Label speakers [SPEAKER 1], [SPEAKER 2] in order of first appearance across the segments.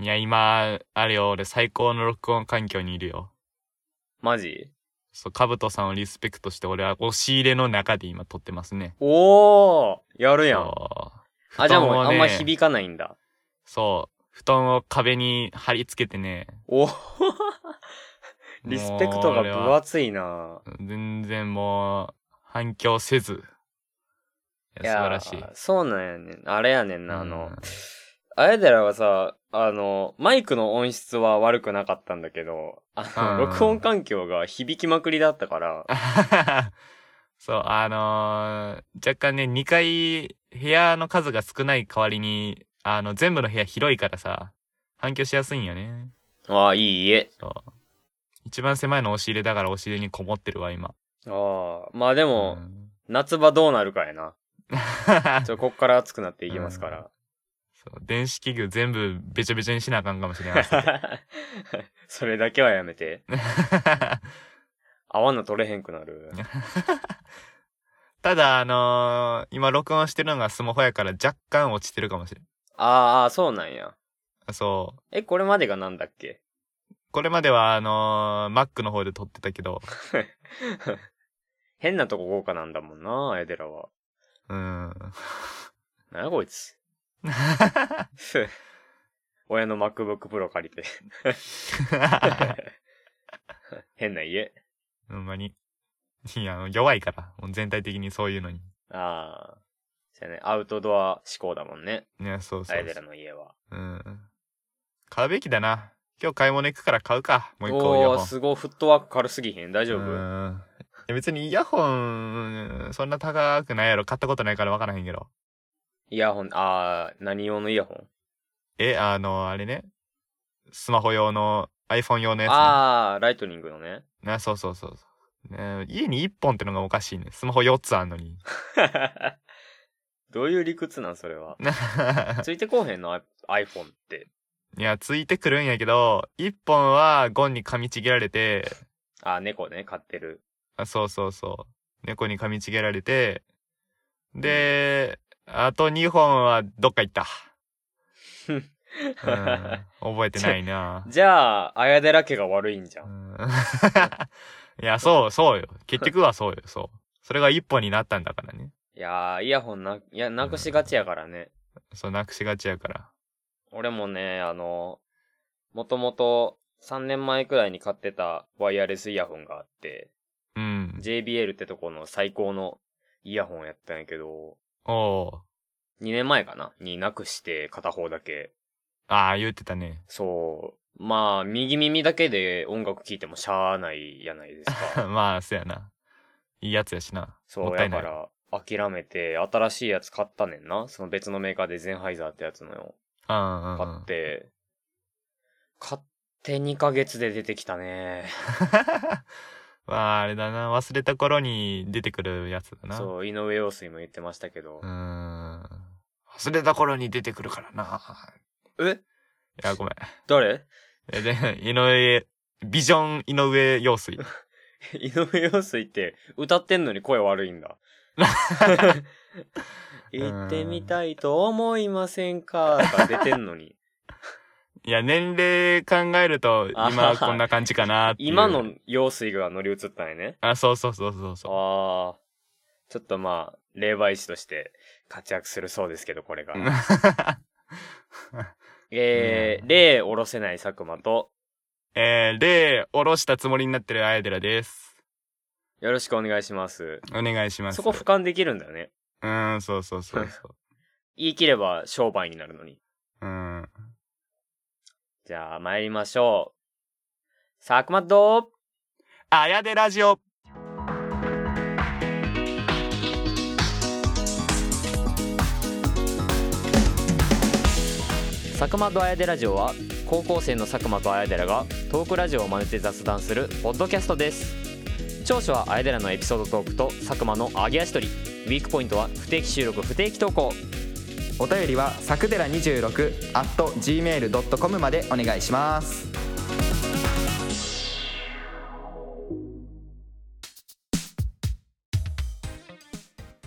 [SPEAKER 1] いや、今、あれよ、俺最高の録音環境にいるよ。
[SPEAKER 2] マジ
[SPEAKER 1] そう、カブトさんをリスペクトして、俺は押し入れの中で今撮ってますね。
[SPEAKER 2] おーやるやん。
[SPEAKER 1] そう
[SPEAKER 2] あ、じゃあもう
[SPEAKER 1] 布団を
[SPEAKER 2] あ
[SPEAKER 1] ね
[SPEAKER 2] んま響かないんだ。
[SPEAKER 1] そう。布団を壁に貼り付けてね。
[SPEAKER 2] お リスペク
[SPEAKER 1] も
[SPEAKER 2] ト
[SPEAKER 1] う
[SPEAKER 2] が
[SPEAKER 1] 俺は
[SPEAKER 2] 分厚いな
[SPEAKER 1] 全然もう、反響せず。いや、素晴らしい
[SPEAKER 2] や。そうなんやねん。あれやねんな、あの
[SPEAKER 1] うん、
[SPEAKER 2] あやでらはさ、あの、マイクの音質は悪くなかったんだけど、あの、
[SPEAKER 1] うん
[SPEAKER 2] 録音環境が響きまくりだったから、
[SPEAKER 1] そう、あのー若干ね、2階、部屋の数が少ない代わりに、あの、全部の部屋広いからさ、反響しやすいんよね。
[SPEAKER 2] ああ、いい家。
[SPEAKER 1] そう。一番狭いの押し入れだから押し入れにこもってるわ、今。
[SPEAKER 2] ああ、まあでも、
[SPEAKER 1] ん
[SPEAKER 2] 夏場どうなるかやな。ちょ、こっから暑くなっていきますから。
[SPEAKER 1] そう電子器具全部べちゃべちゃにしなあかんかもしれない。
[SPEAKER 2] それだけはやめて。泡の取れへんくなる。
[SPEAKER 1] ただ、あのー今録音してるのがスマホやから若干落ちてるかもしれん。
[SPEAKER 2] ああ、そうなんや。
[SPEAKER 1] そう。
[SPEAKER 2] え、これまでがなんだっけ
[SPEAKER 1] これまでは、あのー Mac の方で撮ってたけど、
[SPEAKER 2] 変なとこ豪華なんだもんな、あやでらは。
[SPEAKER 1] うん。
[SPEAKER 2] なんやこいつ。 ふ親の MacBook Pro 借りて。 変な家。
[SPEAKER 1] ほんまに。いや、弱いから。もう全体的にそういうのに。
[SPEAKER 2] ああ。じゃね、アウトドア志向だもんね。
[SPEAKER 1] いや、そう
[SPEAKER 2] あ
[SPEAKER 1] そう
[SPEAKER 2] やでらの家は。
[SPEAKER 1] うん。買うべきだな。今日買い物行くから買うか。もう一個イヤホ
[SPEAKER 2] おお
[SPEAKER 1] ン。
[SPEAKER 2] ーすごい、フットワーク軽すぎへん大丈夫
[SPEAKER 1] うんいや別にイヤホン、そんな高くないやろ。買ったことないから分からへんけど。
[SPEAKER 2] イヤホン、ああ、何用のイヤホン
[SPEAKER 1] え、あの、あれね。スマホ用の iPhone 用のやつ、ね。
[SPEAKER 2] ああ、ライトニング のね。
[SPEAKER 1] な、そうそうそうそう。ね、家に1本ってのがおかしいね。スマホ4つあんの に。
[SPEAKER 2] どういう理屈なんそれは。ついてこうへんのアイ iPhone って。
[SPEAKER 1] いや、ついてくるんやけど、1本はゴンに噛みちぎられて、
[SPEAKER 2] あ、猫ね、飼ってる。。
[SPEAKER 1] あそうそうそう。猫に噛みちぎられて、で、あと2本はどっか行った。うん、覚えてないな
[SPEAKER 2] じゃあ、あやでら家が悪いんじゃ。
[SPEAKER 1] うんん いや、そう、そうよ。結局はそうよ、そう。それが一本になったんだからね。
[SPEAKER 2] いやー、イヤホンな、いや、なくしがちやからね。
[SPEAKER 1] そう、なくしがちやから。
[SPEAKER 2] 俺もね、あの、もともと3年前くらいに買ってたワイヤレスイヤホンがあって、
[SPEAKER 1] うん。
[SPEAKER 2] JBL ってとこの最高のイヤホンやったんやけど、
[SPEAKER 1] おう
[SPEAKER 2] 2年前かなになくして片方だけ。
[SPEAKER 1] ああ、言ってたね。
[SPEAKER 2] そう。まあ、右耳だけで音楽聴いてもしゃあないやないですか。
[SPEAKER 1] まあ、そやな。いいやつやしな。
[SPEAKER 2] そ
[SPEAKER 1] も
[SPEAKER 2] う、
[SPEAKER 1] った
[SPEAKER 2] だ
[SPEAKER 1] いな
[SPEAKER 2] か
[SPEAKER 1] い。
[SPEAKER 2] ら、諦めて、新しいやつ買ったねんな。その別のメーカーでゼンハイザーってやつのよ。
[SPEAKER 1] うんうん
[SPEAKER 2] 買
[SPEAKER 1] うん
[SPEAKER 2] っ。て、買って2ヶ月で出てきたね。
[SPEAKER 1] まあ、あれだな。忘れた頃に出てくるやつだな。
[SPEAKER 2] そう、井上陽水も言ってましたけど
[SPEAKER 1] うー。ん。忘れた頃に出てくるからな。
[SPEAKER 2] え
[SPEAKER 1] いや、ごめん。
[SPEAKER 2] 誰
[SPEAKER 1] えで、井上、ビジョン井上陽水。
[SPEAKER 2] 井上陽水って歌ってんのに声悪い んだ。行ってみたいと思いませんかが出てんのに。
[SPEAKER 1] いや、年齢考えると、
[SPEAKER 2] あ
[SPEAKER 1] 今こんな感じかなっていう。
[SPEAKER 2] 今の陽水が乗り移ったんやね。
[SPEAKER 1] あ、そうそうそうそうそう。
[SPEAKER 2] ああ。ちょっとまあ、霊媒師として活躍するそうですけど、これが。 え
[SPEAKER 1] う
[SPEAKER 2] ー、
[SPEAKER 1] ん
[SPEAKER 2] 霊おろせない佐久間と、
[SPEAKER 1] えー、例、おろしたつもりになってるあやでらです。
[SPEAKER 2] よろしくお願いします。
[SPEAKER 1] お願いします。
[SPEAKER 2] そこ俯瞰できるんだよね。
[SPEAKER 1] うーん、そうそうそうそう。
[SPEAKER 2] 言い切れば商売になるのに。
[SPEAKER 1] うん。
[SPEAKER 2] じゃあ、参りましょう。佐久間と、
[SPEAKER 1] あやでラジオ
[SPEAKER 2] 佐久間とあやでラジオは高校生の佐久間とあやでらがトークラジオを真似て雑談するポッドキャストです長所はあやでらのエピソードトークと佐久間の揚げ足取りウィークポイントは不定期収録不定期投稿
[SPEAKER 3] お便りはさくでら26 at gmail.com までお願いします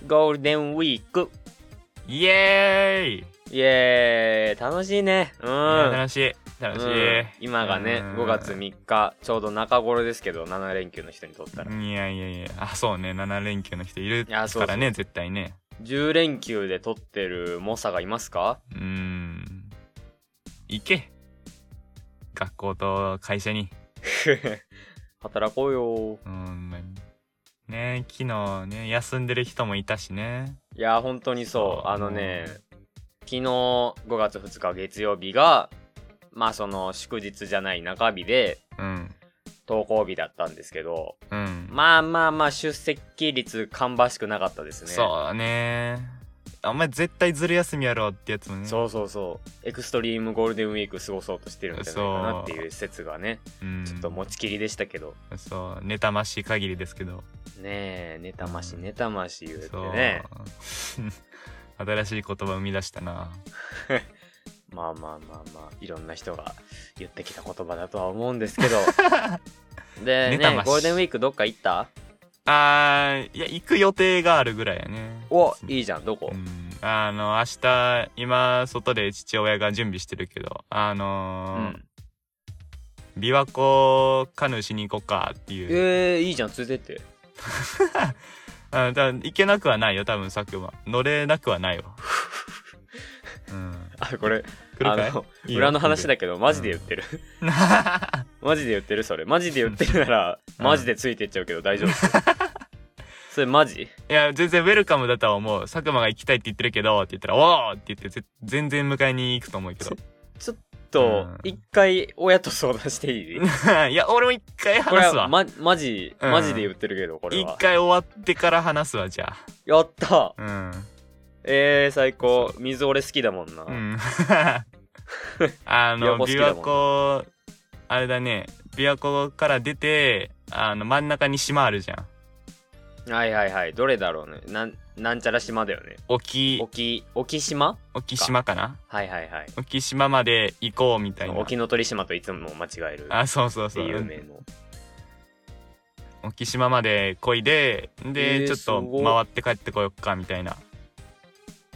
[SPEAKER 2] ゴールデンウィーク
[SPEAKER 1] イエーイ
[SPEAKER 2] イエーイ楽しいねうん
[SPEAKER 1] いや楽しい楽しい、
[SPEAKER 2] うん今がね
[SPEAKER 1] うん
[SPEAKER 2] 5月3日ちょうど中頃ですけど7連休の人にとったら
[SPEAKER 1] いやいやいやあそうね7連休の人いる
[SPEAKER 2] いやそうそ
[SPEAKER 1] か
[SPEAKER 2] う
[SPEAKER 1] らね絶対ね
[SPEAKER 2] 10連休で取ってる猛者がいますか
[SPEAKER 1] うーん行け学校と会社に
[SPEAKER 2] 働こうよ
[SPEAKER 1] うんほんまにね昨日ね休んでる人もいたしね
[SPEAKER 2] いや本当にそう
[SPEAKER 1] あー
[SPEAKER 2] あのね昨日5月2日月曜日がまあその祝日じゃない中日で
[SPEAKER 1] うん
[SPEAKER 2] 登校日だったんですけど
[SPEAKER 1] うん
[SPEAKER 2] まあまあまあ出席率芳しくなかったですね
[SPEAKER 1] そうねお前絶対ずる休みやろってやつもね
[SPEAKER 2] そうそうそうエクストリームゴールデンウィーク過ごそうとしてるんじゃないかなっていう説がね
[SPEAKER 1] うん、
[SPEAKER 2] ちょっと持ちきりでしたけど
[SPEAKER 1] そう妬ましい限りですけど
[SPEAKER 2] ねえ妬まし妬まし言うて
[SPEAKER 1] そう
[SPEAKER 2] ね
[SPEAKER 1] 新しい言葉生み出したな
[SPEAKER 2] まあまあまあまあいろんな人が言ってきた言葉だとは思うんです けどで
[SPEAKER 1] 妬
[SPEAKER 2] ね
[SPEAKER 1] ましい
[SPEAKER 2] ゴールデンウィークどっか行った
[SPEAKER 1] あーいや行く予定があるぐらいやね
[SPEAKER 2] お
[SPEAKER 1] 別に
[SPEAKER 2] いいじゃんどこ、
[SPEAKER 1] うん、あの明日今外で父親が準備してるけどあ
[SPEAKER 2] う
[SPEAKER 1] のー
[SPEAKER 2] ん
[SPEAKER 1] 琵琶湖カヌーしに行こうかっていう、
[SPEAKER 2] えー、いいじゃん連れてって
[SPEAKER 1] あだ行けなくはないよ多分佐久間乗れなくは ないわうん
[SPEAKER 2] あこれ
[SPEAKER 1] 来る
[SPEAKER 2] あ
[SPEAKER 1] かい
[SPEAKER 2] の
[SPEAKER 1] いいよ
[SPEAKER 2] 裏の話だけどマジで言ってる、マジで言ってるそれマジで言ってるなら、
[SPEAKER 1] うん
[SPEAKER 2] マジでついてっちゃうけど大 丈夫それマジ
[SPEAKER 1] いや全然ウェルカムだとは思う佐久間が行きたいって言ってるけどって言ったら「おお!」って言ってぜ全然迎えに行くと思うけど
[SPEAKER 2] ちょっと
[SPEAKER 1] うん
[SPEAKER 2] 一回親と相談してい い
[SPEAKER 1] いや俺も一回
[SPEAKER 2] これ
[SPEAKER 1] 話す
[SPEAKER 2] は
[SPEAKER 1] わ
[SPEAKER 2] まマジ
[SPEAKER 1] うん
[SPEAKER 2] マジで言ってるけどこれ
[SPEAKER 1] 一
[SPEAKER 2] は、
[SPEAKER 1] 回終わってから話すわじゃ
[SPEAKER 2] やった
[SPEAKER 1] あうん
[SPEAKER 2] えー、最高水俺好きだもんな、
[SPEAKER 1] うん、 あの琵琶
[SPEAKER 2] 琵琶湖好きだもん
[SPEAKER 1] 湖あれだね琵琶湖から出てあの真ん中に島あるじゃん
[SPEAKER 2] はいはいはいどれだろうねなんなんちゃら島だよね
[SPEAKER 1] 沖
[SPEAKER 2] 沖沖島
[SPEAKER 1] 沖島かな
[SPEAKER 2] はいはいはい
[SPEAKER 1] 沖島まで行こうみたいな
[SPEAKER 2] 沖ノ鳥島といつも間違えるっ
[SPEAKER 1] あそうそう
[SPEAKER 2] て
[SPEAKER 1] そ
[SPEAKER 2] いう
[SPEAKER 1] う
[SPEAKER 2] 名の
[SPEAKER 1] 沖島までこいでで、
[SPEAKER 2] えー
[SPEAKER 1] ちょっ
[SPEAKER 2] す
[SPEAKER 1] と
[SPEAKER 2] ごい
[SPEAKER 1] 回って帰ってこよっかみたいな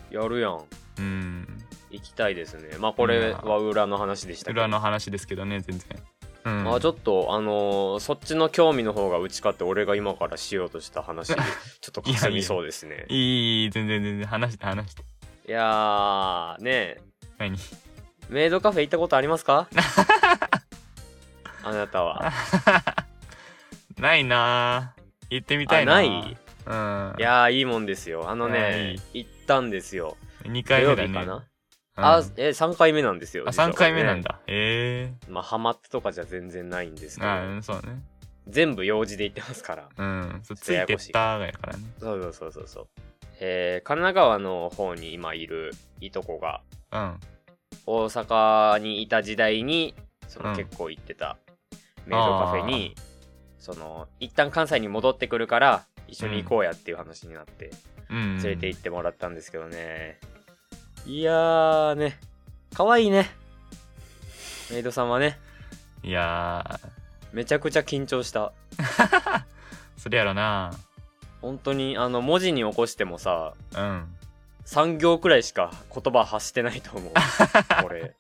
[SPEAKER 2] やるやん
[SPEAKER 1] うん
[SPEAKER 2] 行きたいですねまあこれは裏の話でしたけど
[SPEAKER 1] 裏の話ですけどね全然うん
[SPEAKER 2] あちょっとあのーそっちの興味の方が打ち勝って俺が今からしようとし た話ちょっとかすみそうですねいや
[SPEAKER 1] いいいい全然全然話して話して
[SPEAKER 2] ーねえ
[SPEAKER 1] 何
[SPEAKER 2] メイドカフェ行ったことありま すかあなたは
[SPEAKER 1] ないなぁ行ってみたいな
[SPEAKER 2] あな
[SPEAKER 1] ぁ
[SPEAKER 2] い
[SPEAKER 1] うん
[SPEAKER 2] いやーいいもんですよあのね
[SPEAKER 1] い
[SPEAKER 2] 行ったんですよ
[SPEAKER 1] 2
[SPEAKER 2] 土
[SPEAKER 1] 回目
[SPEAKER 2] 曜
[SPEAKER 1] だ
[SPEAKER 2] 日
[SPEAKER 1] ね
[SPEAKER 2] かな、
[SPEAKER 1] うん
[SPEAKER 2] あえ3回目なんですよ
[SPEAKER 1] あ、
[SPEAKER 2] 実は
[SPEAKER 1] 3回目なん
[SPEAKER 2] ね
[SPEAKER 1] だ。え
[SPEAKER 2] まあハマってとかじゃ全然ないんです
[SPEAKER 1] え
[SPEAKER 2] けど
[SPEAKER 1] あうんそうね。
[SPEAKER 2] 全部用事で行ってますから
[SPEAKER 1] うん。そうつ
[SPEAKER 2] や
[SPEAKER 1] い
[SPEAKER 2] や
[SPEAKER 1] て
[SPEAKER 2] こ
[SPEAKER 1] っ
[SPEAKER 2] しい
[SPEAKER 1] たがやからね。
[SPEAKER 2] そうそうそうそうそうえー神奈川の方に今いるいとこが
[SPEAKER 1] うん。
[SPEAKER 2] 大阪にいた時代にその
[SPEAKER 1] うん
[SPEAKER 2] 結構行ってたメイドカフェに、その一旦関西に戻ってくるから一緒に行こうやっていう話になって
[SPEAKER 1] うん。
[SPEAKER 2] 連れて行ってもらったんですけどね、いやーね可愛いねメイドさんはね
[SPEAKER 1] いやー、
[SPEAKER 2] めちゃくちゃ緊張した
[SPEAKER 1] それやろな。
[SPEAKER 2] 本当にあの文字に起こしてもさ
[SPEAKER 1] うん。
[SPEAKER 2] 3行くらいしか言葉発してないと思う俺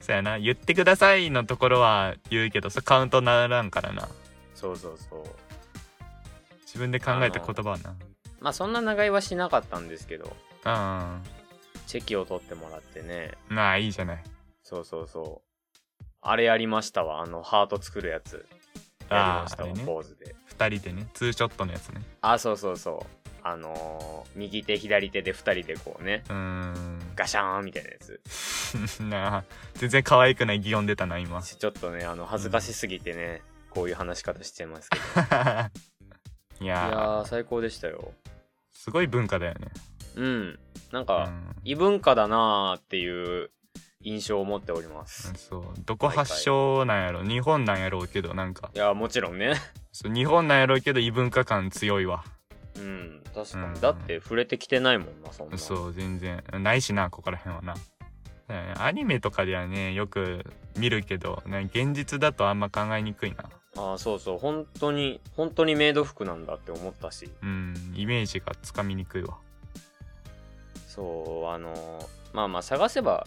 [SPEAKER 1] そうやな。言ってくださいのところは言うけど、それカウントならんからな。
[SPEAKER 2] そうそうそう
[SPEAKER 1] 自分で考えた言葉は
[SPEAKER 2] まあそんな長居はしなかったんですけど
[SPEAKER 1] な。
[SPEAKER 2] チェキを取ってもらってね
[SPEAKER 1] うん。まあ、いいじゃない。
[SPEAKER 2] そうそうそう。あれやりましたわ。あの、ハート作るやつ。やり
[SPEAKER 1] あ
[SPEAKER 2] まし
[SPEAKER 1] あ、
[SPEAKER 2] た
[SPEAKER 1] あれ
[SPEAKER 2] わ、
[SPEAKER 1] ね。
[SPEAKER 2] ポーズで。
[SPEAKER 1] 2人でね、ツーショットのやつね。
[SPEAKER 2] あ、そうそうそう。あのー右手、左手で2人でこうね、
[SPEAKER 1] うーん。
[SPEAKER 2] ガシャーンみたいなやつ。
[SPEAKER 1] なあ、全然可愛くない擬音出たな、今。
[SPEAKER 2] ちょっとね、あの、恥ずかしすぎてね、こういう話し方してますけど。
[SPEAKER 1] い
[SPEAKER 2] いや
[SPEAKER 1] や
[SPEAKER 2] ー、
[SPEAKER 1] ー、
[SPEAKER 2] 最高でしたよ。
[SPEAKER 1] すごい文化だよね。
[SPEAKER 2] うん。なん
[SPEAKER 1] う
[SPEAKER 2] か、
[SPEAKER 1] ん。
[SPEAKER 2] 異文化だなーっていう印象を持っております。
[SPEAKER 1] そうどこ発祥なんやろ日本なんやろうけどなんか
[SPEAKER 2] いやー、もちろんね。
[SPEAKER 1] そう日本なんやろうけど異文化感強いわ
[SPEAKER 2] うん、確か
[SPEAKER 1] う
[SPEAKER 2] に。
[SPEAKER 1] ん
[SPEAKER 2] だって、触れてきてないもんな、そんな。
[SPEAKER 1] そう全然ないしなここら辺はなだよねアニメとかではねよく見るけど、ね、現実だとあんま考えにくいな
[SPEAKER 2] あーそうそう。本当に、本当にメイド服なんだって思ったし。
[SPEAKER 1] うんイメージがつかみにくいわ
[SPEAKER 2] そうあのまあまあ探せば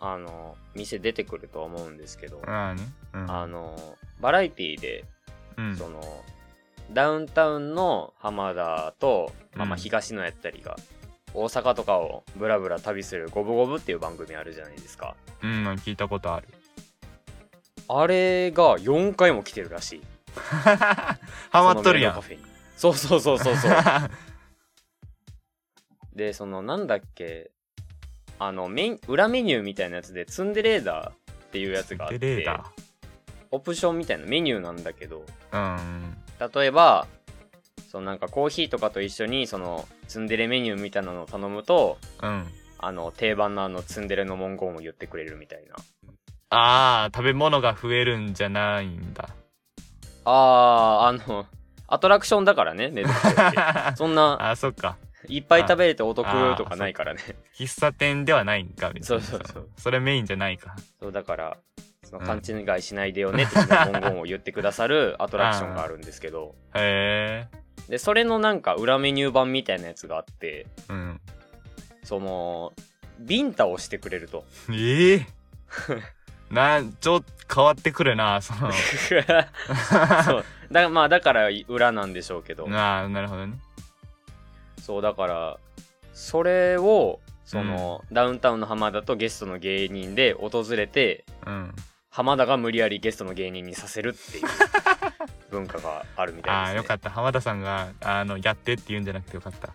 [SPEAKER 2] あの店出てくるとは思うんですけど、
[SPEAKER 1] ああね。うん。
[SPEAKER 2] あのバラエティで、
[SPEAKER 1] うん
[SPEAKER 2] そのダウンタウンの浜田と、まあ、まあ
[SPEAKER 1] うん
[SPEAKER 2] 東野やったりが、大阪とかをブラブラ旅する「ゴブゴブ」っていう番組あるじゃないですか
[SPEAKER 1] うん、聞いたことある。
[SPEAKER 2] あれが4回も来てるらしい
[SPEAKER 1] ハ
[SPEAKER 2] ハ
[SPEAKER 1] マっとるや
[SPEAKER 2] カ
[SPEAKER 1] ん。
[SPEAKER 2] フェにそうそうそうそうそう
[SPEAKER 1] う
[SPEAKER 2] でそのなんだっけあのメイン裏メニューみたいなやつでツンデレーダーっていうやつ があっ
[SPEAKER 1] ん。レー
[SPEAKER 2] て
[SPEAKER 1] ダ
[SPEAKER 2] オプションみたいなメニューなんだけど
[SPEAKER 1] ー。うん。
[SPEAKER 2] 例えばそのなんかコーヒーとかと一緒にそのツンデレメニューみたいなのを頼むと
[SPEAKER 1] うん。
[SPEAKER 2] あの定番のあのツンデレの文言を言ってくれるみたいな
[SPEAKER 1] ああ、食べ物が増えるんじゃないんだ。
[SPEAKER 2] あーあのアトラクションだからねネットカフェってそんな
[SPEAKER 1] あー、そっか。
[SPEAKER 2] いっぱい食べれてお得とかないからね
[SPEAKER 1] 喫茶店ではないんか、みたいな。
[SPEAKER 2] そうそうそう。
[SPEAKER 1] それメインじゃないか。
[SPEAKER 2] そうだからその勘違いしないでよね的な文言を言ってくださ るアトラクションがあるんですけど
[SPEAKER 1] へえ。
[SPEAKER 2] でそれのなんか裏メニュー版みたいなやつがあって
[SPEAKER 1] うん。
[SPEAKER 2] そのビンタをしてくれると
[SPEAKER 1] え えなん、ちょっと変わってくるな、そ の。
[SPEAKER 2] そうだまあだから裏なんでしょうけど
[SPEAKER 1] ああ、なるほどね。
[SPEAKER 2] そうだからそれをその、ダウンタウンの浜田とゲストの芸人で訪れて
[SPEAKER 1] うん。
[SPEAKER 2] 浜田が無理やりゲストの芸人にさせるっていう文化があるみ
[SPEAKER 1] あ
[SPEAKER 2] た
[SPEAKER 1] あ、
[SPEAKER 2] い
[SPEAKER 1] よ
[SPEAKER 2] です、ね
[SPEAKER 1] か、った。浜田さんが、あの、やってって言うんじゃなくてよかった。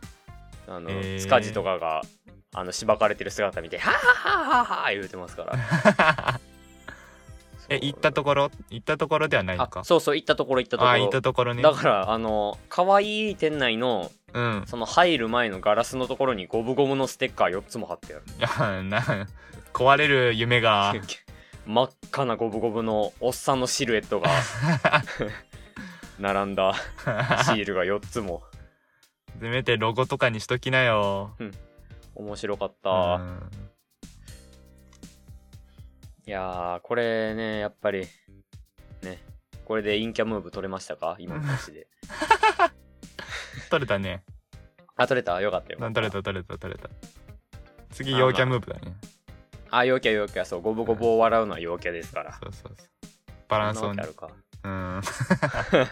[SPEAKER 2] あの、
[SPEAKER 1] へー
[SPEAKER 2] 塚地とかがあのしばかれてる姿見て「ははははは言うてますから
[SPEAKER 1] え、行ったと
[SPEAKER 2] こ
[SPEAKER 1] ころ行ったところではないのか。
[SPEAKER 2] あそうそう行ったところ行ったところ
[SPEAKER 1] あー行ったところね。
[SPEAKER 2] だからあの可愛い店内の
[SPEAKER 1] うん。
[SPEAKER 2] その入る前のガラスのところにゴブゴブのステッカー4つも貼ってある
[SPEAKER 1] いやな壊れる夢が
[SPEAKER 2] 真っ赤なゴブゴブのおっさんのシルエッ トが並んだシールが4つも
[SPEAKER 1] せめてロゴとかにしときなよ。
[SPEAKER 2] 面白かっ
[SPEAKER 1] う
[SPEAKER 2] た、
[SPEAKER 1] ん
[SPEAKER 2] いやーこれねやっぱりねこれで陰キャムーブ取れましたか今の話で
[SPEAKER 1] 取れたね。
[SPEAKER 2] あ取れたよかったよかった
[SPEAKER 1] 取れた取れた取れた。次陽キャムーブだね。
[SPEAKER 2] あ陽キャ陽キャそうゴボゴボを笑うのは陽キャですから
[SPEAKER 1] そうそうそう。バランス
[SPEAKER 2] そ
[SPEAKER 1] を
[SPEAKER 2] んな
[SPEAKER 1] ね
[SPEAKER 2] わ。けあるか
[SPEAKER 1] うん。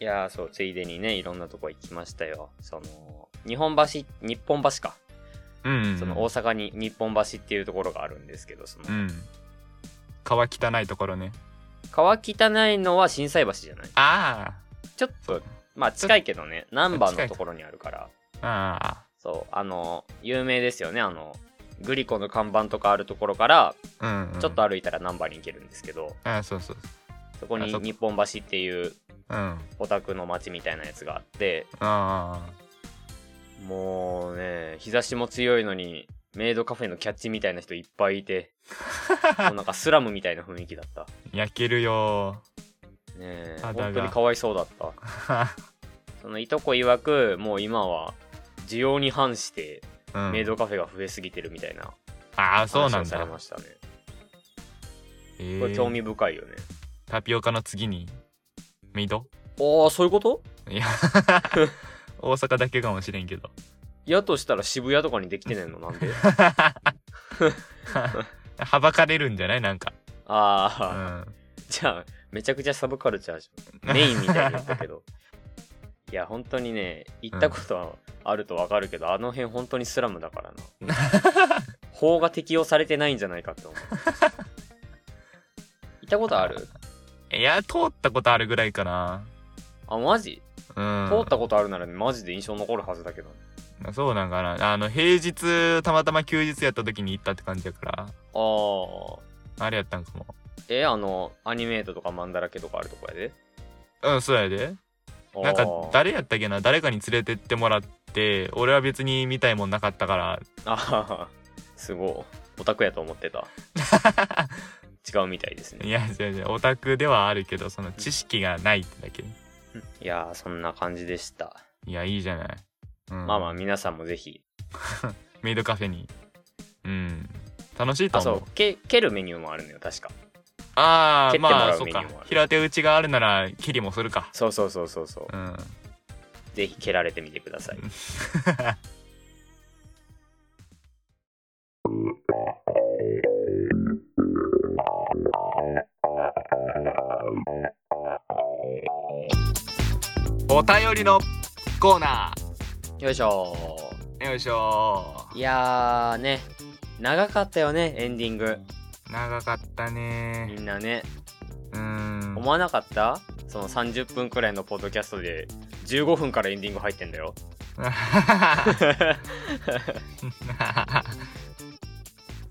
[SPEAKER 2] いやーそうついでにねいろんなとこ行きましたよその日本橋日本橋か、
[SPEAKER 1] うん。
[SPEAKER 2] その大阪に日本橋っていうところがあるんですけどその、
[SPEAKER 1] うん。川汚いところね。
[SPEAKER 2] 川北ないのは心斎橋じゃない
[SPEAKER 1] あ
[SPEAKER 2] ちょっとまあ近いけどね難波のところにあるから
[SPEAKER 1] あ。あ
[SPEAKER 2] そうあの有名ですよねあのグリコの看板とかあるところから
[SPEAKER 1] あ。うん。
[SPEAKER 2] ちょっと。歩いたら難波に行けるんですけど、
[SPEAKER 1] ああ、そうそう。
[SPEAKER 2] そこに
[SPEAKER 1] あそっか
[SPEAKER 2] 日本橋っていう
[SPEAKER 1] うん。あ
[SPEAKER 2] オタクの街みたいなやつがあって
[SPEAKER 1] あ。
[SPEAKER 2] もうね日差しも強いのにメイドカフェのキャッチみたいな人いっぱいいて もうなんかスラムみたいな雰囲気だった
[SPEAKER 1] 焼けるよ。
[SPEAKER 2] ねえ
[SPEAKER 1] 肌が
[SPEAKER 2] 本当にかわいそうだったそのいとこ曰くもう今は需要に反して
[SPEAKER 1] うん
[SPEAKER 2] メイドカフェが増えすぎてるみたいな
[SPEAKER 1] ああ、そう
[SPEAKER 2] 話
[SPEAKER 1] な
[SPEAKER 2] を
[SPEAKER 1] ん
[SPEAKER 2] され
[SPEAKER 1] だ。
[SPEAKER 2] ましたね、
[SPEAKER 1] え
[SPEAKER 2] これ
[SPEAKER 1] ー
[SPEAKER 2] 興味深いよね
[SPEAKER 1] タピオカの次にメイ ド
[SPEAKER 2] ああそういうこと
[SPEAKER 1] いや大阪だけかもしれんけど
[SPEAKER 2] やとしたら渋谷とかにできてねえの なんで
[SPEAKER 1] はばかれるんじゃないなんか、
[SPEAKER 2] あ
[SPEAKER 1] う
[SPEAKER 2] あ、
[SPEAKER 1] ん、
[SPEAKER 2] じゃあ、めちゃくちゃサブカルチャーじゃん。メインみたいだったけど。 いや、本当にね、行ったことはあるとわかるけど、あの辺本当にスラムだから な。法が適用されてないんじゃないかって思う。行ったことある
[SPEAKER 1] いや通ったことあるぐらいかな
[SPEAKER 2] あ、マジ
[SPEAKER 1] うん
[SPEAKER 2] 通ったことあるならね、マジで印象残るはずだけど。
[SPEAKER 1] そうなんかなあの平日たまたま休日やった時に行ったって感じやから
[SPEAKER 2] ああ。
[SPEAKER 1] あれやったんかも
[SPEAKER 2] え、あの、アニメートとかマンダラケとかあるとこやで。
[SPEAKER 1] うんそうやで
[SPEAKER 2] あー
[SPEAKER 1] なんか誰やったっけな誰かに連れてってもらって俺は別に見たいもんなかったから
[SPEAKER 2] あーすごい。オタクやと思って た。違うみたいですね
[SPEAKER 1] い。や違う違うオタクではあるけどその知識がないってだけね
[SPEAKER 2] いやーそんな感じでした。
[SPEAKER 1] いやいいじゃない、うん、
[SPEAKER 2] まあまあ皆さんもぜひ。
[SPEAKER 1] メイドカフェに。うん。楽しいと
[SPEAKER 2] あ、
[SPEAKER 1] 思う。
[SPEAKER 2] そう、け蹴るメニューもあるのよ、確か。
[SPEAKER 1] ああ、
[SPEAKER 2] 蹴ってもらう
[SPEAKER 1] まあ、そう
[SPEAKER 2] メニュー
[SPEAKER 1] か
[SPEAKER 2] もある。
[SPEAKER 1] 平手打ちがあるなら、蹴りもするか。
[SPEAKER 2] そうそうそうそうそう
[SPEAKER 1] う。ん。
[SPEAKER 2] ぜひ蹴られてみてください。
[SPEAKER 1] お便りのコーナ
[SPEAKER 2] よいしょ
[SPEAKER 1] ーよいしょ
[SPEAKER 2] いやーね長かったよねエンディング
[SPEAKER 1] 長かった
[SPEAKER 2] み
[SPEAKER 1] ね
[SPEAKER 2] んなね
[SPEAKER 1] うん
[SPEAKER 2] 思わなかったその30分くらいのポッドキャストで15分からエンディング入ってんだ よ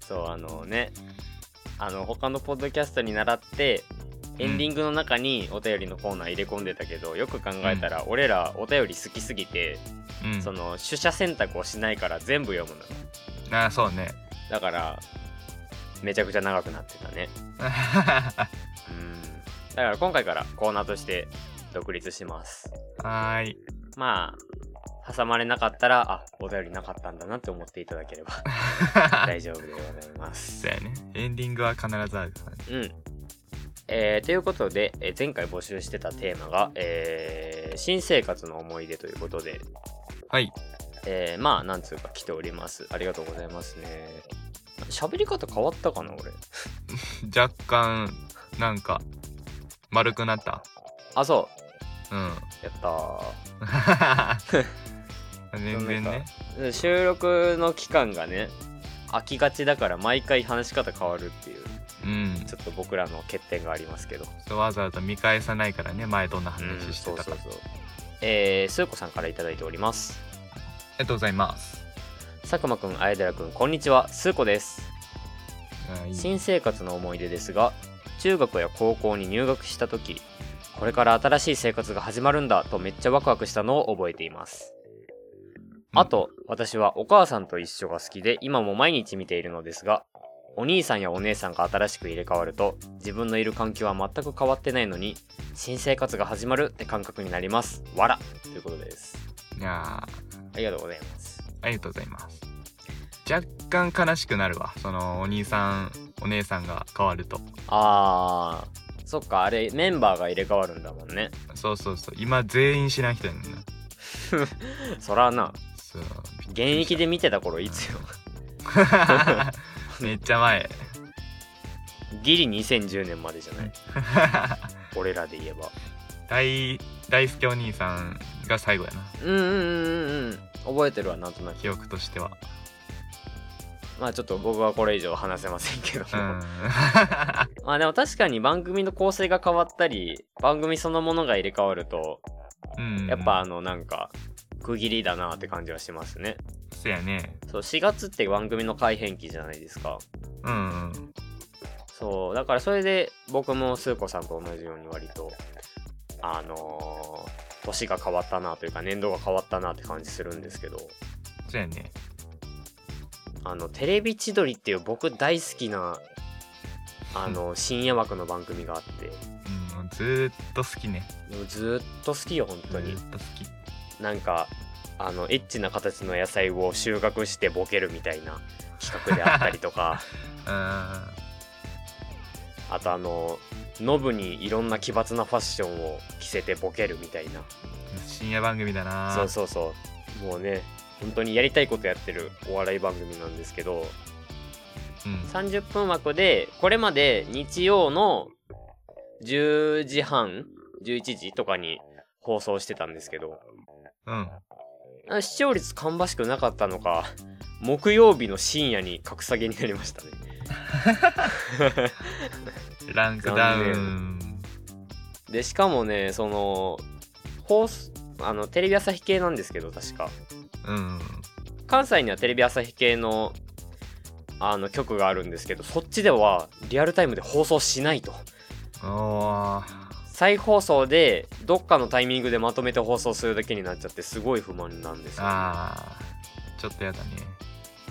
[SPEAKER 2] そうあのねあの他のポッドキャストに習ってエンディングの中にお便りのコーナー入れ込んでたけど、よく考えたら俺らお便り好きすぎて、
[SPEAKER 1] うん
[SPEAKER 2] その取捨選択をしないから全部読むの
[SPEAKER 1] あそうね
[SPEAKER 2] だからめちゃくちゃ長くなってたねうんだから今回からコーナーとして独立します
[SPEAKER 1] はーい
[SPEAKER 2] まあ挟まれなかったらあお便りなかったんだなって思っていただけ れば大丈夫でございます
[SPEAKER 1] そうやねエンディングは必ずあるからね
[SPEAKER 2] うん。えーということで、えー前回募集してたテーマが、えー新生活の思い出ということで、
[SPEAKER 1] はい
[SPEAKER 2] えーまあ、なんつうか来ております。ありがとうございますね。喋り方変わったかな、俺。
[SPEAKER 1] 若干なんか丸くなった
[SPEAKER 2] あ、そ
[SPEAKER 1] うん
[SPEAKER 2] う。やったー
[SPEAKER 1] 全然ね
[SPEAKER 2] で収録の期間がね、空きがちだから毎回話し方変わるっていう、
[SPEAKER 1] うん
[SPEAKER 2] ちょっと僕らの欠点がありますけど。
[SPEAKER 1] そうわざわざ見返さないからね前どんな
[SPEAKER 2] うん、
[SPEAKER 1] 話して
[SPEAKER 2] そう
[SPEAKER 1] た
[SPEAKER 2] そ
[SPEAKER 1] か、
[SPEAKER 2] うそう。えー、スーコさんから頂いております。
[SPEAKER 1] ありがとうございます
[SPEAKER 2] 佐久間くん、あやでらくん、こんにちは。スーコです。
[SPEAKER 1] あいい
[SPEAKER 2] 新生活の思い出ですが中学や高校に入学した時これから新しい生活が始まるんだとめっちゃワクワクしたのを覚えていますあと私はお母さんと一緒が好きで今も毎日見ているのですがお兄さんやお姉さんが新しく入れ替わると自分のいる環境は全く変わってないのに新生活が始まるって感覚になりますわらということです
[SPEAKER 1] いやー
[SPEAKER 2] ありがとうございます
[SPEAKER 1] ありがとうございます若干悲しくなるわそのお兄さんお姉さんが変わると
[SPEAKER 2] あーそっかあれメンバーが入れ替わるんだもんね
[SPEAKER 1] そうそうそう今全員知らん人やねんな
[SPEAKER 2] そらな
[SPEAKER 1] そう
[SPEAKER 2] 現役で見てた頃い つよ
[SPEAKER 1] めっちゃ前
[SPEAKER 2] ギリ2010年までじゃ ない俺らで言えば
[SPEAKER 1] 大大輔お兄さんが最後やな
[SPEAKER 2] うんうんうんうんうん覚えてるわなんとなく
[SPEAKER 1] 記憶としては
[SPEAKER 2] まあちょっと僕はこれ以上話せませんけど
[SPEAKER 1] う
[SPEAKER 2] も、
[SPEAKER 1] ん
[SPEAKER 2] まあでも確かに番組の構成が変わったり番組そのものが入れ替わると
[SPEAKER 1] うん
[SPEAKER 2] やっぱあのなんか区切りだなって感じはしますね
[SPEAKER 1] そやね
[SPEAKER 2] そう4月って番組の改編期じゃないですか
[SPEAKER 1] うんうん
[SPEAKER 2] そうだからそれで僕もスー子さんと同じように割とあのー年が変わったなというか年度が変わったなって感じするんですけど
[SPEAKER 1] そやね
[SPEAKER 2] あの「テレビ千鳥」っていう僕大好きなあの深夜枠の番組があって
[SPEAKER 1] うんずーっと好きね
[SPEAKER 2] でもずーっと好きよ本
[SPEAKER 1] ず
[SPEAKER 2] 当
[SPEAKER 1] ー
[SPEAKER 2] に
[SPEAKER 1] っと好き
[SPEAKER 2] なんかあのエッチな形の野菜を収穫してボケるみたいな企画であったりとか
[SPEAKER 1] うん
[SPEAKER 2] あとあのノブにいろんな奇抜なファッションを着せてボケるみたいな
[SPEAKER 1] 深夜番組だな
[SPEAKER 2] そうそうそうもうね本当にやりたいことやってるお笑い番組なんですけど
[SPEAKER 1] うん
[SPEAKER 2] 30分枠でこれまで日曜の10時半11時とかに放送してたんですけど
[SPEAKER 1] うん
[SPEAKER 2] あ視聴率芳しくなかったのか木曜日の深夜に格下げになりましたね
[SPEAKER 1] ランクダウン
[SPEAKER 2] でしかもねその放送あのテレビ朝日系なんですけど確か
[SPEAKER 1] うん
[SPEAKER 2] 関西にはテレビ朝日系のあの局があるんですけどそっちではリアルタイムで放送しないと
[SPEAKER 1] おー
[SPEAKER 2] 再放送でどっかのタイミングでまとめて放送するだけになっちゃってすごい不満なんですよ、
[SPEAKER 1] あーちょっとやだね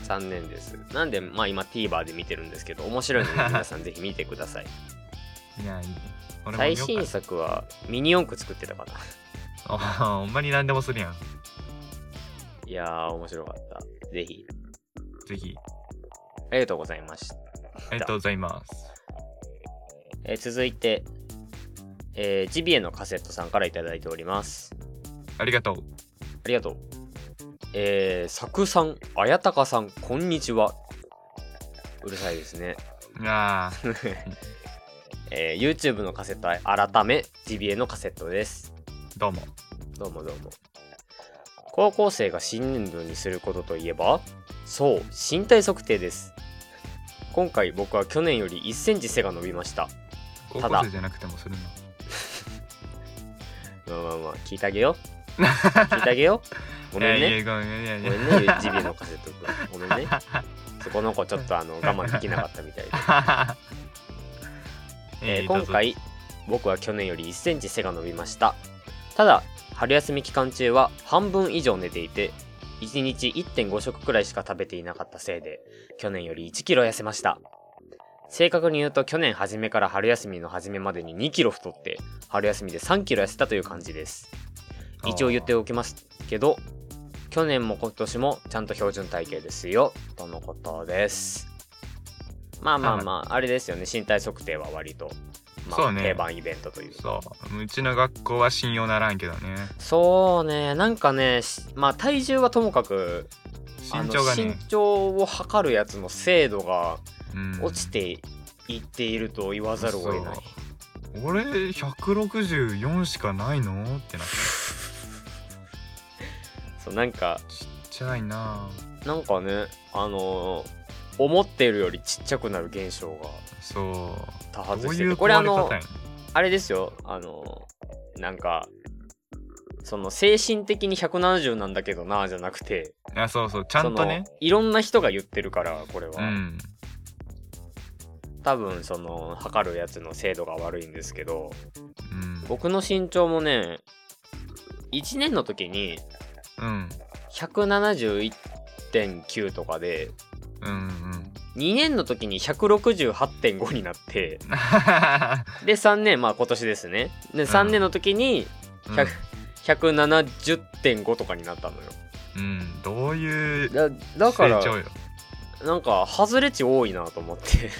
[SPEAKER 2] 残念ですなんでまあ今 TVer で見てるんですけど面白い ので皆さんぜひ見てください
[SPEAKER 1] いやいいね俺も見
[SPEAKER 2] 最
[SPEAKER 1] ようかな
[SPEAKER 2] 新作はミニ四駆作ってたかな
[SPEAKER 1] あー ほんまに何でもするやん
[SPEAKER 2] いやー面白かったぜひ
[SPEAKER 1] ぜひ
[SPEAKER 2] ありがとうございました
[SPEAKER 1] ありがとうございます
[SPEAKER 2] えー続いて、えージビエのカセットさんからいただいております
[SPEAKER 1] ありがとう
[SPEAKER 2] ありがとう。えー、サクさん、あやたかさん、こんにちは。うるさいですね、
[SPEAKER 1] あー
[SPEAKER 2] えー YouTube のカセット改め TBA のカセットです
[SPEAKER 1] どうも
[SPEAKER 2] どうもどうも高校生が新年度にすることといえばそう身体測定です今回僕は去年より1センチ背が伸びました
[SPEAKER 1] 高
[SPEAKER 2] ただ
[SPEAKER 1] 校生じゃなくてもするの
[SPEAKER 2] まあまあまあ聞いてあげよう聞いてあげよ うごめん
[SPEAKER 1] いやい
[SPEAKER 2] ね
[SPEAKER 1] やごめんいやい
[SPEAKER 2] ご
[SPEAKER 1] や
[SPEAKER 2] め んねジビエのカセット君ごめんねそこの子ちょっとあの我慢できなかったみたいでえー今回僕は去年より1センチ背が伸びましたただ春休み期間中は半分以上寝ていて1日1.5食くらいしか食べていなかったせいで去年より1キロ痩せました正確に言うと去年初めから春休みの初めまでに2キロ太って春休みで3キロ痩せたという感じです一応言っておきますけど去年も今年もちゃんと標準体型ですよとのことですまあまあまああれですよね身体測定は割と、ま
[SPEAKER 1] そう
[SPEAKER 2] あ
[SPEAKER 1] ね
[SPEAKER 2] 定番イベントという
[SPEAKER 1] そううちの学校は信用ならんけどね
[SPEAKER 2] そうねなんかねしまあ体重はともかくあ
[SPEAKER 1] 身
[SPEAKER 2] の
[SPEAKER 1] 長が
[SPEAKER 2] 身
[SPEAKER 1] ね、
[SPEAKER 2] 長を測るやつの精度が
[SPEAKER 1] うん
[SPEAKER 2] 落ちていっていると言わざるを得ない、
[SPEAKER 1] 俺164しかないのってなって
[SPEAKER 2] そうなんか
[SPEAKER 1] ちっちゃいな
[SPEAKER 2] なんかねあのー思っているよりちっちゃくなる現象が
[SPEAKER 1] そ
[SPEAKER 2] 多
[SPEAKER 1] う
[SPEAKER 2] 発
[SPEAKER 1] どう
[SPEAKER 2] して
[SPEAKER 1] いう
[SPEAKER 2] て
[SPEAKER 1] 壊
[SPEAKER 2] これあ
[SPEAKER 1] れ
[SPEAKER 2] の
[SPEAKER 1] 方やね
[SPEAKER 2] あれですよあのーなんかその精神的に170なんだけどなじゃなくて
[SPEAKER 1] あそうそうちゃんとね
[SPEAKER 2] そのいろんな人が言ってるからこれは、
[SPEAKER 1] うん
[SPEAKER 2] 多分その測るやつの精度が悪いんですけど
[SPEAKER 1] うん
[SPEAKER 2] 僕の身長もね1年の時に
[SPEAKER 1] うん
[SPEAKER 2] 171.9とかで
[SPEAKER 1] うんうん
[SPEAKER 2] 2年の時に168.5になってで3年まあ今年ですねで3年の時に100 170.5とかになったのよ
[SPEAKER 1] うん、うん、どういう
[SPEAKER 2] だだから
[SPEAKER 1] 成長よ
[SPEAKER 2] なんか外れ値多いなと思って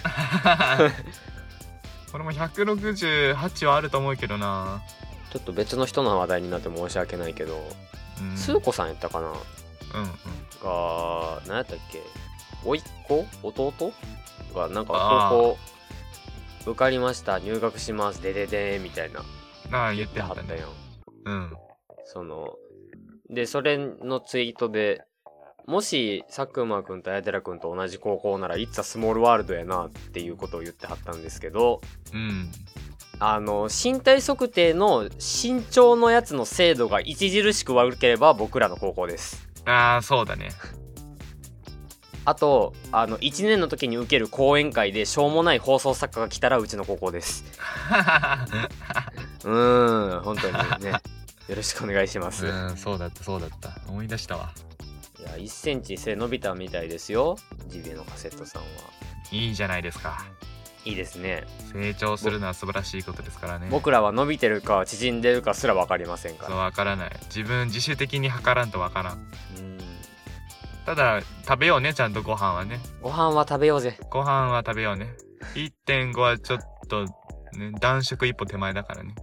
[SPEAKER 1] 俺も168はあると思うけどな、
[SPEAKER 2] ちょっと別の人の話題になって申し訳ないけど
[SPEAKER 1] うん、
[SPEAKER 2] スー子さんやったかな
[SPEAKER 1] うんうん
[SPEAKER 2] が何やったっけ甥っ子弟がなんか
[SPEAKER 1] あー
[SPEAKER 2] 高校受かりました入学しますでででーみたいな
[SPEAKER 1] なあ言って
[SPEAKER 2] では
[SPEAKER 1] は
[SPEAKER 2] っ
[SPEAKER 1] った
[SPEAKER 2] た
[SPEAKER 1] ね
[SPEAKER 2] やん
[SPEAKER 1] うん
[SPEAKER 2] そのでそれのツイートでもし佐久間くんと綾寺くんと同じ高校なら「いつはスモールワールドやな」っていうことを言ってはったんですけど
[SPEAKER 1] うん
[SPEAKER 2] あの身体測定の身長のやつの精度が著しく悪ければ僕らの高校です
[SPEAKER 1] ああそうだ ね
[SPEAKER 2] あとあの1年の時に受ける講演会でしょうもない放送作家が来たらうちの高校ですうーん本当 にねよろしくお願いします、い
[SPEAKER 1] うんそうだったそうだった思い出したわ
[SPEAKER 2] や1センチ背伸びたみたいですよジビエのカセットさんはい
[SPEAKER 1] いじゃないですか
[SPEAKER 2] いいですね
[SPEAKER 1] 成長するのは素晴らしいことですからね
[SPEAKER 2] 僕らは伸びてるか縮んでるかすら分かりませんか
[SPEAKER 1] そう
[SPEAKER 2] ら
[SPEAKER 1] わからない自分自主的に測らんとわからん
[SPEAKER 2] うん
[SPEAKER 1] ただ食べようねちゃんとご飯はね
[SPEAKER 2] ご飯は食べようぜ
[SPEAKER 1] ご飯は食べようね1.5はちょっと、ね、断食一歩手前だからね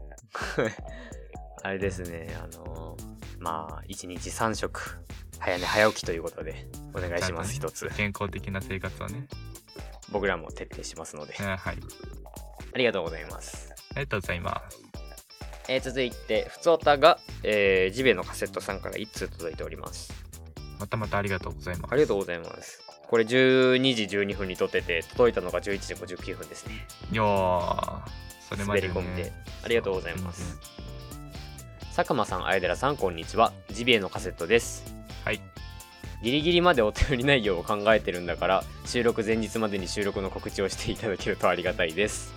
[SPEAKER 2] あれですねあのーまあ1日3食早寝早起きということでお願いします
[SPEAKER 1] ちゃ
[SPEAKER 2] 一
[SPEAKER 1] んと
[SPEAKER 2] つ
[SPEAKER 1] ね健康的な生活をね、
[SPEAKER 2] 僕らも徹底しますので
[SPEAKER 1] うんはい
[SPEAKER 2] ありがとうございます
[SPEAKER 1] ありがとうございます
[SPEAKER 2] えー続いて、ふつおたが、えージビエのカセットさんから1通届いております。
[SPEAKER 1] またまたありがとうございます
[SPEAKER 2] ありがとうございます。これ12時12分に撮ってて、届いたのが11時59分ですね。
[SPEAKER 1] よーそれま
[SPEAKER 2] 滑
[SPEAKER 1] で、
[SPEAKER 2] り
[SPEAKER 1] ね、
[SPEAKER 2] 込みで。ありがとうございます。佐久間さん、あやでらさん、こんにちは。ジビエのカセットです。
[SPEAKER 1] はい
[SPEAKER 2] ギリギリまでお便り内容を考えてるんだから、収録前日までに収録の告知をしていただけるとありがたいです。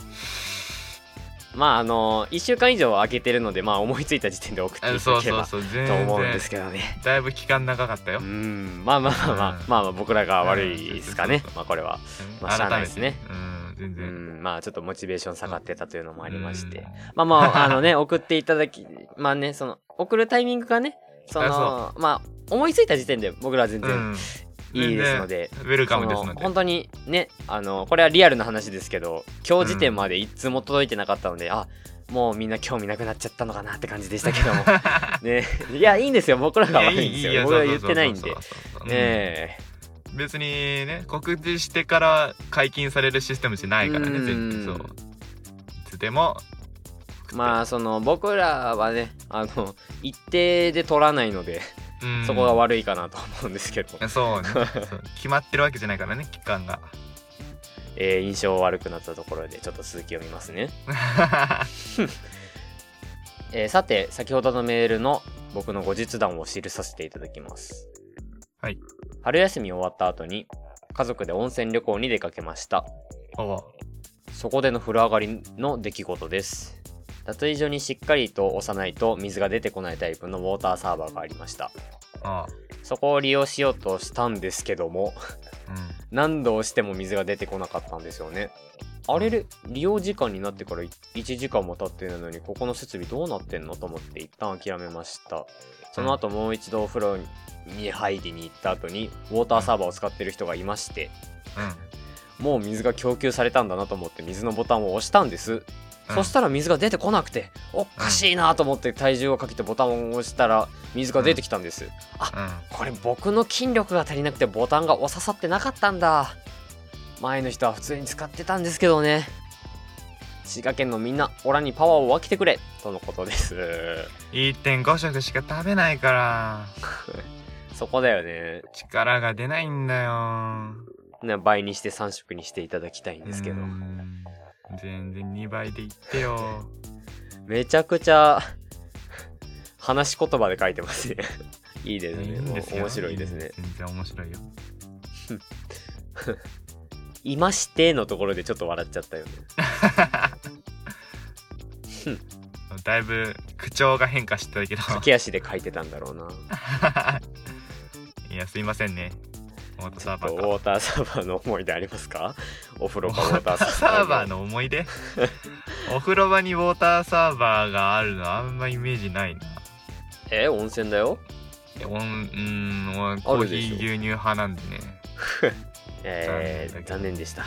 [SPEAKER 2] まあ、あの1週間以上空けてるので、まあ、思いついた時点で送って
[SPEAKER 1] あ
[SPEAKER 2] いた
[SPEAKER 1] そ
[SPEAKER 2] だ
[SPEAKER 1] う
[SPEAKER 2] けれ
[SPEAKER 1] そう
[SPEAKER 2] ば
[SPEAKER 1] そう全
[SPEAKER 2] と思うんで
[SPEAKER 1] 然
[SPEAKER 2] すけどね。
[SPEAKER 1] だいぶ期間長かったよ、
[SPEAKER 2] う
[SPEAKER 1] うん
[SPEAKER 2] んまあまあまあまあ、
[SPEAKER 1] うん
[SPEAKER 2] まあまあ僕らが悪いですかね
[SPEAKER 1] そうそうそうそう
[SPEAKER 2] まあこれはまあしゃあ
[SPEAKER 1] 改
[SPEAKER 2] ない
[SPEAKER 1] め
[SPEAKER 2] です
[SPEAKER 1] て
[SPEAKER 2] ね
[SPEAKER 1] うん全
[SPEAKER 2] う
[SPEAKER 1] 然、
[SPEAKER 2] んまあちょっとモチベーション下がってたというのもありまして
[SPEAKER 1] うん
[SPEAKER 2] まあまああのね送っていただきまあねその送るタイミングがねそのまあ思いついた時点で僕らは全然
[SPEAKER 1] うん
[SPEAKER 2] いいですので、
[SPEAKER 1] 全然ウェルカムです
[SPEAKER 2] そ
[SPEAKER 1] の
[SPEAKER 2] の
[SPEAKER 1] で
[SPEAKER 2] 本当にねあのこれはリアルな話ですけど今日時点まで一通も届いてなかったので、あもうみんな興味なくなっちゃったのかなって感じでしたけ どもねいやいいんですよ僕らが悪いんですよ
[SPEAKER 1] いやいいいい
[SPEAKER 2] 僕は言ってないんで
[SPEAKER 1] そうそうそうそうそううん
[SPEAKER 2] ねえ、
[SPEAKER 1] 別にね告知してから解禁されるシステムじゃないからね
[SPEAKER 2] うん
[SPEAKER 1] 全然そういつでも
[SPEAKER 2] まあその僕らはねあの一定で取らないので、
[SPEAKER 1] うん
[SPEAKER 2] そこが悪いかなと思うんですけど、
[SPEAKER 1] そうねそう決まってるわけじゃないからね期間 が
[SPEAKER 2] えー印象悪くなったところでちょっと続きを見ますね、えーさて先ほどのメールの僕の後日談を記させていただきます
[SPEAKER 1] はい
[SPEAKER 2] 春休み終わった後に家族で温泉旅行に出かけました
[SPEAKER 1] おう
[SPEAKER 2] そこでの風呂上がりの出来事です脱衣所にしっかりと押さないと水が出てこないタイプのウォーターサーバーがありました
[SPEAKER 1] ああ
[SPEAKER 2] そこを利用しようとしたんですけども何度押しても水が出てこなかったんですよねあれれ利用時間になってからい1時間も経ってないのにここの設備どうなってんのと思って一旦諦めましたその後もう一度お風呂に入りに行った後にウォーターサーバーを使ってる人がいまして
[SPEAKER 1] うんうん
[SPEAKER 2] もう水が供給されたんだなと思って水のボタンを押したんです
[SPEAKER 1] うん
[SPEAKER 2] そしたら水が出てこなくておっかしいなと思って体重をかけてボタンを押したら水が出てきたんです
[SPEAKER 1] うん
[SPEAKER 2] これ僕の筋力が足りなくてボタンが押ささってなかったんだ前の人は普通に使ってたんですけどね滋賀県のみんなオラにパワーを分けてくれとのことです
[SPEAKER 1] 1.5食しか食べないから
[SPEAKER 2] そこだよね
[SPEAKER 1] 力が出ないんだよ
[SPEAKER 2] ね倍にして3色にしていただきたいんですけど
[SPEAKER 1] うん全然2倍でいってよ
[SPEAKER 2] めちゃくちゃ話し言葉で書いてますね いいです
[SPEAKER 1] い
[SPEAKER 2] ね
[SPEAKER 1] いん
[SPEAKER 2] も
[SPEAKER 1] です
[SPEAKER 2] う
[SPEAKER 1] よ
[SPEAKER 2] 面白いですね
[SPEAKER 1] 全然面白いよ
[SPEAKER 2] 「いまして」のところでちょっと笑っちゃったよね
[SPEAKER 1] だいぶ口調が変化してたけど
[SPEAKER 2] 駆け足で書いてたんだろうない
[SPEAKER 1] や すいませんねウォーター
[SPEAKER 2] ち
[SPEAKER 1] サー
[SPEAKER 2] ょっと
[SPEAKER 1] バ
[SPEAKER 2] ウ
[SPEAKER 1] ーか
[SPEAKER 2] ォーターサーバーの思い出ありま すかお風呂
[SPEAKER 1] ウ
[SPEAKER 2] かウォ
[SPEAKER 1] ォ
[SPEAKER 2] ー
[SPEAKER 1] ータ
[SPEAKER 2] ター
[SPEAKER 1] ー
[SPEAKER 2] サ
[SPEAKER 1] サ
[SPEAKER 2] ー
[SPEAKER 1] ー
[SPEAKER 2] バ
[SPEAKER 1] バ
[SPEAKER 2] ー
[SPEAKER 1] ー
[SPEAKER 2] の
[SPEAKER 1] の思い 出お風呂場にウォーターサーバーがあるのあんまイメージないな
[SPEAKER 2] え温泉だよ
[SPEAKER 1] おんうん俺コーヒー
[SPEAKER 2] あるでしょ
[SPEAKER 1] 牛乳派なんでね
[SPEAKER 2] え
[SPEAKER 1] 残念だけ
[SPEAKER 2] ー、
[SPEAKER 1] ど
[SPEAKER 2] 残念でした
[SPEAKER 1] うん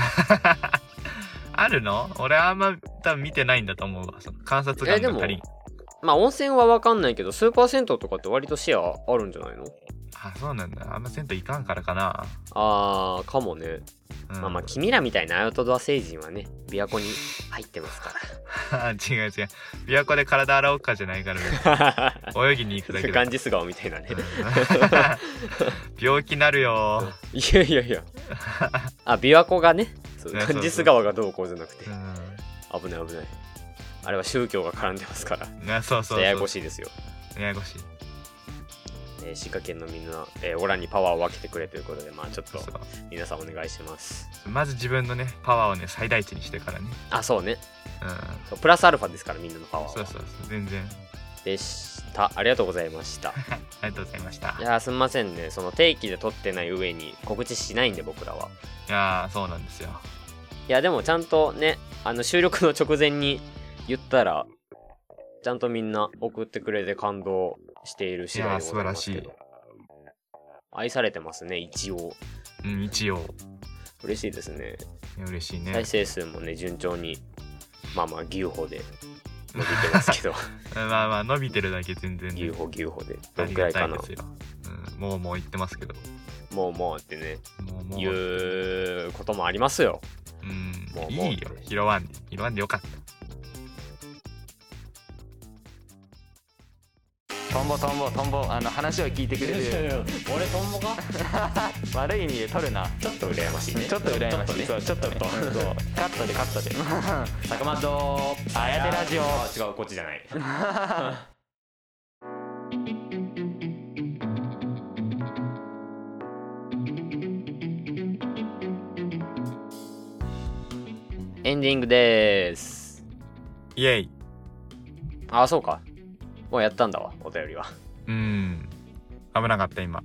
[SPEAKER 1] あるの俺あんま多分見てないんだと思うわその観察
[SPEAKER 2] えで
[SPEAKER 1] 眼
[SPEAKER 2] も
[SPEAKER 1] が足りん
[SPEAKER 2] まあ温泉は分かんないけどスーパー銭湯とかって割とシェアあるんじゃないの
[SPEAKER 1] あそうなんだあんま銭湯いかんからかな、
[SPEAKER 2] あーかもね、
[SPEAKER 1] うん、
[SPEAKER 2] まあまあ君らみたいなアウトドア成人はね琵琶湖に入ってますか
[SPEAKER 1] 違う違う琵琶湖で体洗おうかじゃないから別
[SPEAKER 2] ら
[SPEAKER 1] に泳ぎに行くだけだ
[SPEAKER 2] ガンジス川みたいなね
[SPEAKER 1] うん 病気なるよ、
[SPEAKER 2] いやいや いやあ琵琶湖がねそう
[SPEAKER 1] ねそうそう
[SPEAKER 2] ガンジス川がどうこうじゃなくて
[SPEAKER 1] う
[SPEAKER 2] 危ない危ないあれは宗教が絡んでますから
[SPEAKER 1] ん、あそうそうそう
[SPEAKER 2] ややこ
[SPEAKER 1] い
[SPEAKER 2] しいですよ、
[SPEAKER 1] ややこしい
[SPEAKER 2] えー、滋賀県のみんな、えーオラにパワーを分けてくれということでまあちょっと
[SPEAKER 1] そう
[SPEAKER 2] 皆さんお願いします
[SPEAKER 1] まず自分のねパワーをね最大値にしてからね
[SPEAKER 2] あそうね
[SPEAKER 1] うん
[SPEAKER 2] そうプラスアルファですからみんなのパワーは
[SPEAKER 1] そうそうそう全然
[SPEAKER 2] でしたありがとうございました
[SPEAKER 1] ありがとうございました
[SPEAKER 2] いやーすみませんねその定期で撮ってない上に告知しないんで僕らはい
[SPEAKER 1] やーそうなんですよ
[SPEAKER 2] いやでもちゃんとねあの収録の直前に言ったらちゃんとみんな送ってくれて感動している次第でございますけ
[SPEAKER 1] いやー素晴
[SPEAKER 2] ど愛されてますね一応
[SPEAKER 1] うん一応
[SPEAKER 2] 嬉しいですね
[SPEAKER 1] いや嬉しいね
[SPEAKER 2] 再生数もね順調にまあまあ牛歩で伸びてますけ ど
[SPEAKER 1] うんまあまあ伸びてるだけ全然、
[SPEAKER 2] 牛
[SPEAKER 1] ね、
[SPEAKER 2] 歩牛歩 で
[SPEAKER 1] あ
[SPEAKER 2] どん
[SPEAKER 1] り
[SPEAKER 2] くら
[SPEAKER 1] が
[SPEAKER 2] い
[SPEAKER 1] た
[SPEAKER 2] か
[SPEAKER 1] い
[SPEAKER 2] な
[SPEAKER 1] ですよ、うん、もうもう言ってますけど
[SPEAKER 2] もうもうってね
[SPEAKER 1] もうもう
[SPEAKER 2] 言うこともありますよ
[SPEAKER 1] うん
[SPEAKER 2] もうもう
[SPEAKER 1] いいよ拾わんで拾わんでよかった
[SPEAKER 3] トンボトンボトンボあの話を聞いてくれる
[SPEAKER 2] 俺トンボ か
[SPEAKER 4] 悪い意味で取るな
[SPEAKER 2] ちょっと羨ましいね
[SPEAKER 4] ちょっと羨ましい
[SPEAKER 2] ち
[SPEAKER 4] そうちょっ とねそうカットでカット で
[SPEAKER 2] たかまどあ
[SPEAKER 4] やてラジオ
[SPEAKER 2] 違うこっちじゃない エンディングです
[SPEAKER 1] イエイ
[SPEAKER 2] あそうかもうやったんだわお便りは
[SPEAKER 1] うん危なかった今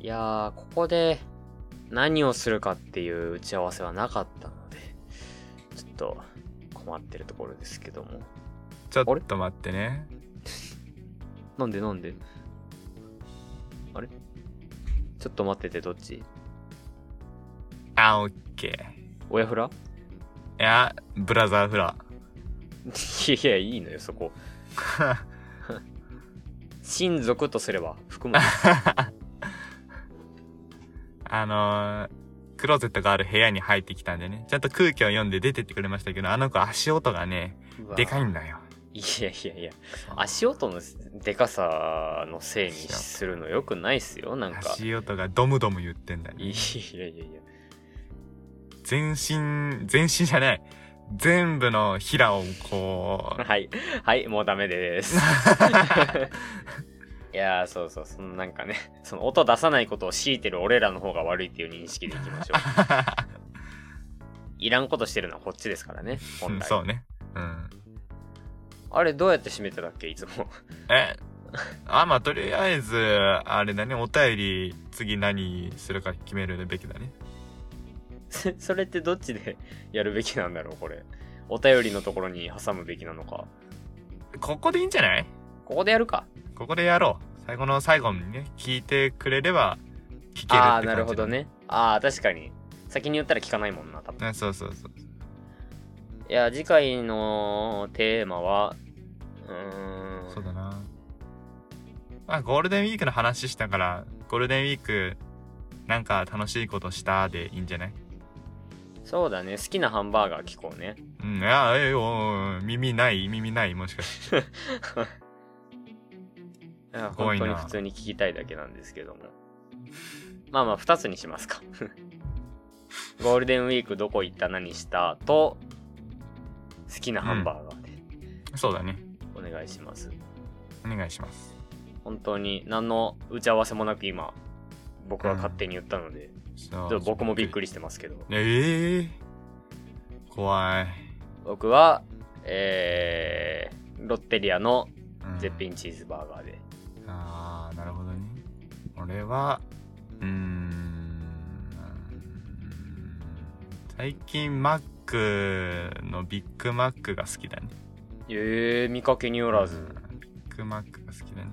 [SPEAKER 2] いやーここで何をするかっていう打ち合わせはなかったのでちょっと困ってるところですけども
[SPEAKER 1] ちょ
[SPEAKER 2] あれ
[SPEAKER 1] っと待ってね
[SPEAKER 2] なんでなんであれちょっと待っててどっち
[SPEAKER 1] あオッケ
[SPEAKER 2] 親フラ
[SPEAKER 1] ーいやブラザーフラ
[SPEAKER 2] いやいやいいのよそ こ親族とすれば含む
[SPEAKER 1] あのークローゼットがある部屋に入ってきたんでね、ちゃんと空気を読んで出てってくれましたけど、あの子足音がね、でかいんだよ。
[SPEAKER 2] いやいやいや足音のでかさのせいにするのよくないっすよなんか
[SPEAKER 1] 足音がドムドム言ってんだよ。
[SPEAKER 2] いやいやいや
[SPEAKER 1] 全身、全身じゃない。全部のヒラをこ う、
[SPEAKER 2] はいはいもうダメです いやーそうそうそのなんかねその音出さないことを強いてる俺らの方が悪いっていう認識でいきましょう いらんことしてるのはこっちですからね
[SPEAKER 1] う
[SPEAKER 2] 本
[SPEAKER 1] ん
[SPEAKER 2] 来
[SPEAKER 1] そうね。うん。
[SPEAKER 2] あれどうやって閉めてたっけいつも
[SPEAKER 1] えあ、まあ、とりあえず、あれだね、お便り、次何するか決めるべきだね。
[SPEAKER 2] そそれってどっちでやるべきなんだろうこれお便りのところに挟むべきなのか
[SPEAKER 1] ここでいいんじゃない
[SPEAKER 2] ここでやるか
[SPEAKER 1] ここでやろう。最後の最後にね、聞いてくれれば、聞けるって感じ。
[SPEAKER 2] ああーなるほど。ねああ確かに先に言ったら聞かないもんな多分
[SPEAKER 1] うん、そうそうそう。
[SPEAKER 2] いや次回のテーマはうーん
[SPEAKER 1] そうだな。まあ、ゴールデンウィークの話したから、ゴールデンウィーク、なんか楽しいことしたでいいんじゃない
[SPEAKER 2] そうだね好きなハンバーガー聞こうね
[SPEAKER 1] うん、いや、えよ、耳ない、耳ない、もしかして。
[SPEAKER 2] いや
[SPEAKER 1] ご
[SPEAKER 2] 本
[SPEAKER 1] いな
[SPEAKER 2] 当に普通に聞きたいだけなんですけどもまあまあ2つにしますか ゴールデンウィークどこ行った何したと好きなハンバーガーで
[SPEAKER 1] そうだね。
[SPEAKER 2] お願いします、
[SPEAKER 1] お願いします。
[SPEAKER 2] 本当に何の打ち合わせもなく今僕は勝手に言ったので、
[SPEAKER 1] そ
[SPEAKER 2] ちょっと僕もびっく
[SPEAKER 1] り。
[SPEAKER 2] りしてますけど
[SPEAKER 1] ええ怖い。
[SPEAKER 2] 僕はえー、ロッテリアの
[SPEAKER 1] うん
[SPEAKER 2] 絶品チーズバーガーで、
[SPEAKER 1] ああなるほどね俺はうーん最近マックのビッグマックが好きだね
[SPEAKER 2] えー、見かけによらず、
[SPEAKER 1] うんビッグマックが好きだね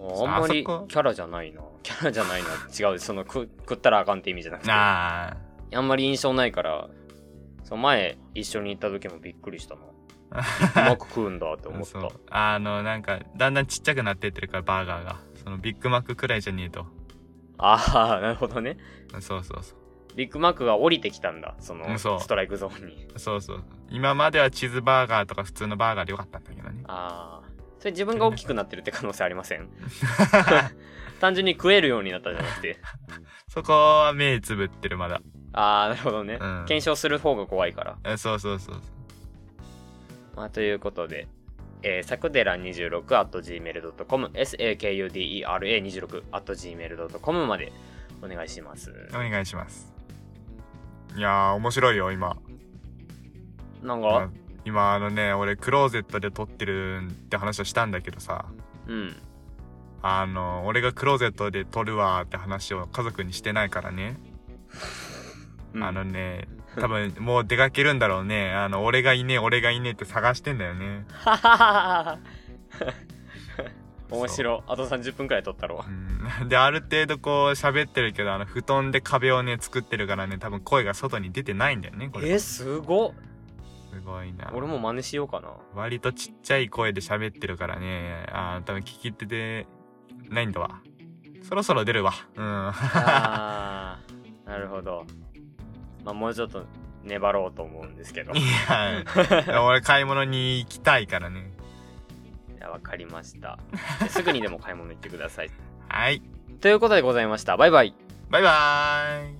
[SPEAKER 2] ああんまり
[SPEAKER 1] あそ
[SPEAKER 2] キ
[SPEAKER 1] こ
[SPEAKER 2] ャラじゃないなキャラじゃないな違うその食食ったらあかんって意味じゃなくてあ
[SPEAKER 1] あ
[SPEAKER 2] んまり印象ないからその前一緒に行った時もびっくりしたなうま
[SPEAKER 1] あ
[SPEAKER 2] く食うんだって思っ
[SPEAKER 1] そ
[SPEAKER 2] た
[SPEAKER 1] う あのなんかだんだんちっちゃくなってってるからバーガーがそのビッグマックくらいじゃねえと
[SPEAKER 2] ああなるほどね
[SPEAKER 1] そうそうそ
[SPEAKER 2] ビッグマックが降りてきたんだそ
[SPEAKER 1] うん
[SPEAKER 2] の
[SPEAKER 1] そう
[SPEAKER 2] ストライクゾーンに
[SPEAKER 1] うそうそう今まではチーズバーガーとか普通のバーガーでよかったんだけどね
[SPEAKER 2] ああそれ自分が大きくなってるって可能性あり ません単純に食えるようになったじゃなくて
[SPEAKER 1] そこは目つぶってるまだ
[SPEAKER 2] ああなるほどね、
[SPEAKER 1] うん
[SPEAKER 2] 検証する方が怖いから
[SPEAKER 1] えそうそうそうそう
[SPEAKER 2] まあ、ということで、えー、さくでら26 gmail.com、sakudera26 gmail.com までお願いします。
[SPEAKER 1] お願いしますいやー面白いよ今
[SPEAKER 2] なん
[SPEAKER 1] あ
[SPEAKER 2] か、
[SPEAKER 1] 今あのね俺クローゼットで撮ってるって話をしたんだけどさ
[SPEAKER 2] うん。
[SPEAKER 1] あの俺がクローゼットで撮るわって話を家族にしてないからね、
[SPEAKER 2] うん
[SPEAKER 1] あのね多分もう出かけるんだろうねあの俺がいねえ俺がいねえって探してんだよね
[SPEAKER 2] はははは 面白。あと30分くらい撮ったろ
[SPEAKER 1] う。ん である程度こう喋ってるけどあの布団で壁をね作ってるからね多分声が外に出てないんだよねこれ
[SPEAKER 2] え、すごっ
[SPEAKER 1] すごいな
[SPEAKER 2] 俺も真似しよう かな。
[SPEAKER 1] 割とちっちゃい声で喋ってるからねあー多分聞き手でないんだわそろそろ出るわうん
[SPEAKER 2] あーなるほど。まあ、もうちょっと粘ろうと思うんで すけど。
[SPEAKER 1] い
[SPEAKER 2] い
[SPEAKER 1] や、俺買い物に行きたいからね。
[SPEAKER 2] や、わかりました。すぐにでも買い物行ってください。
[SPEAKER 1] はい。
[SPEAKER 2] ということでございました。バイバイ。
[SPEAKER 1] バイバーイ。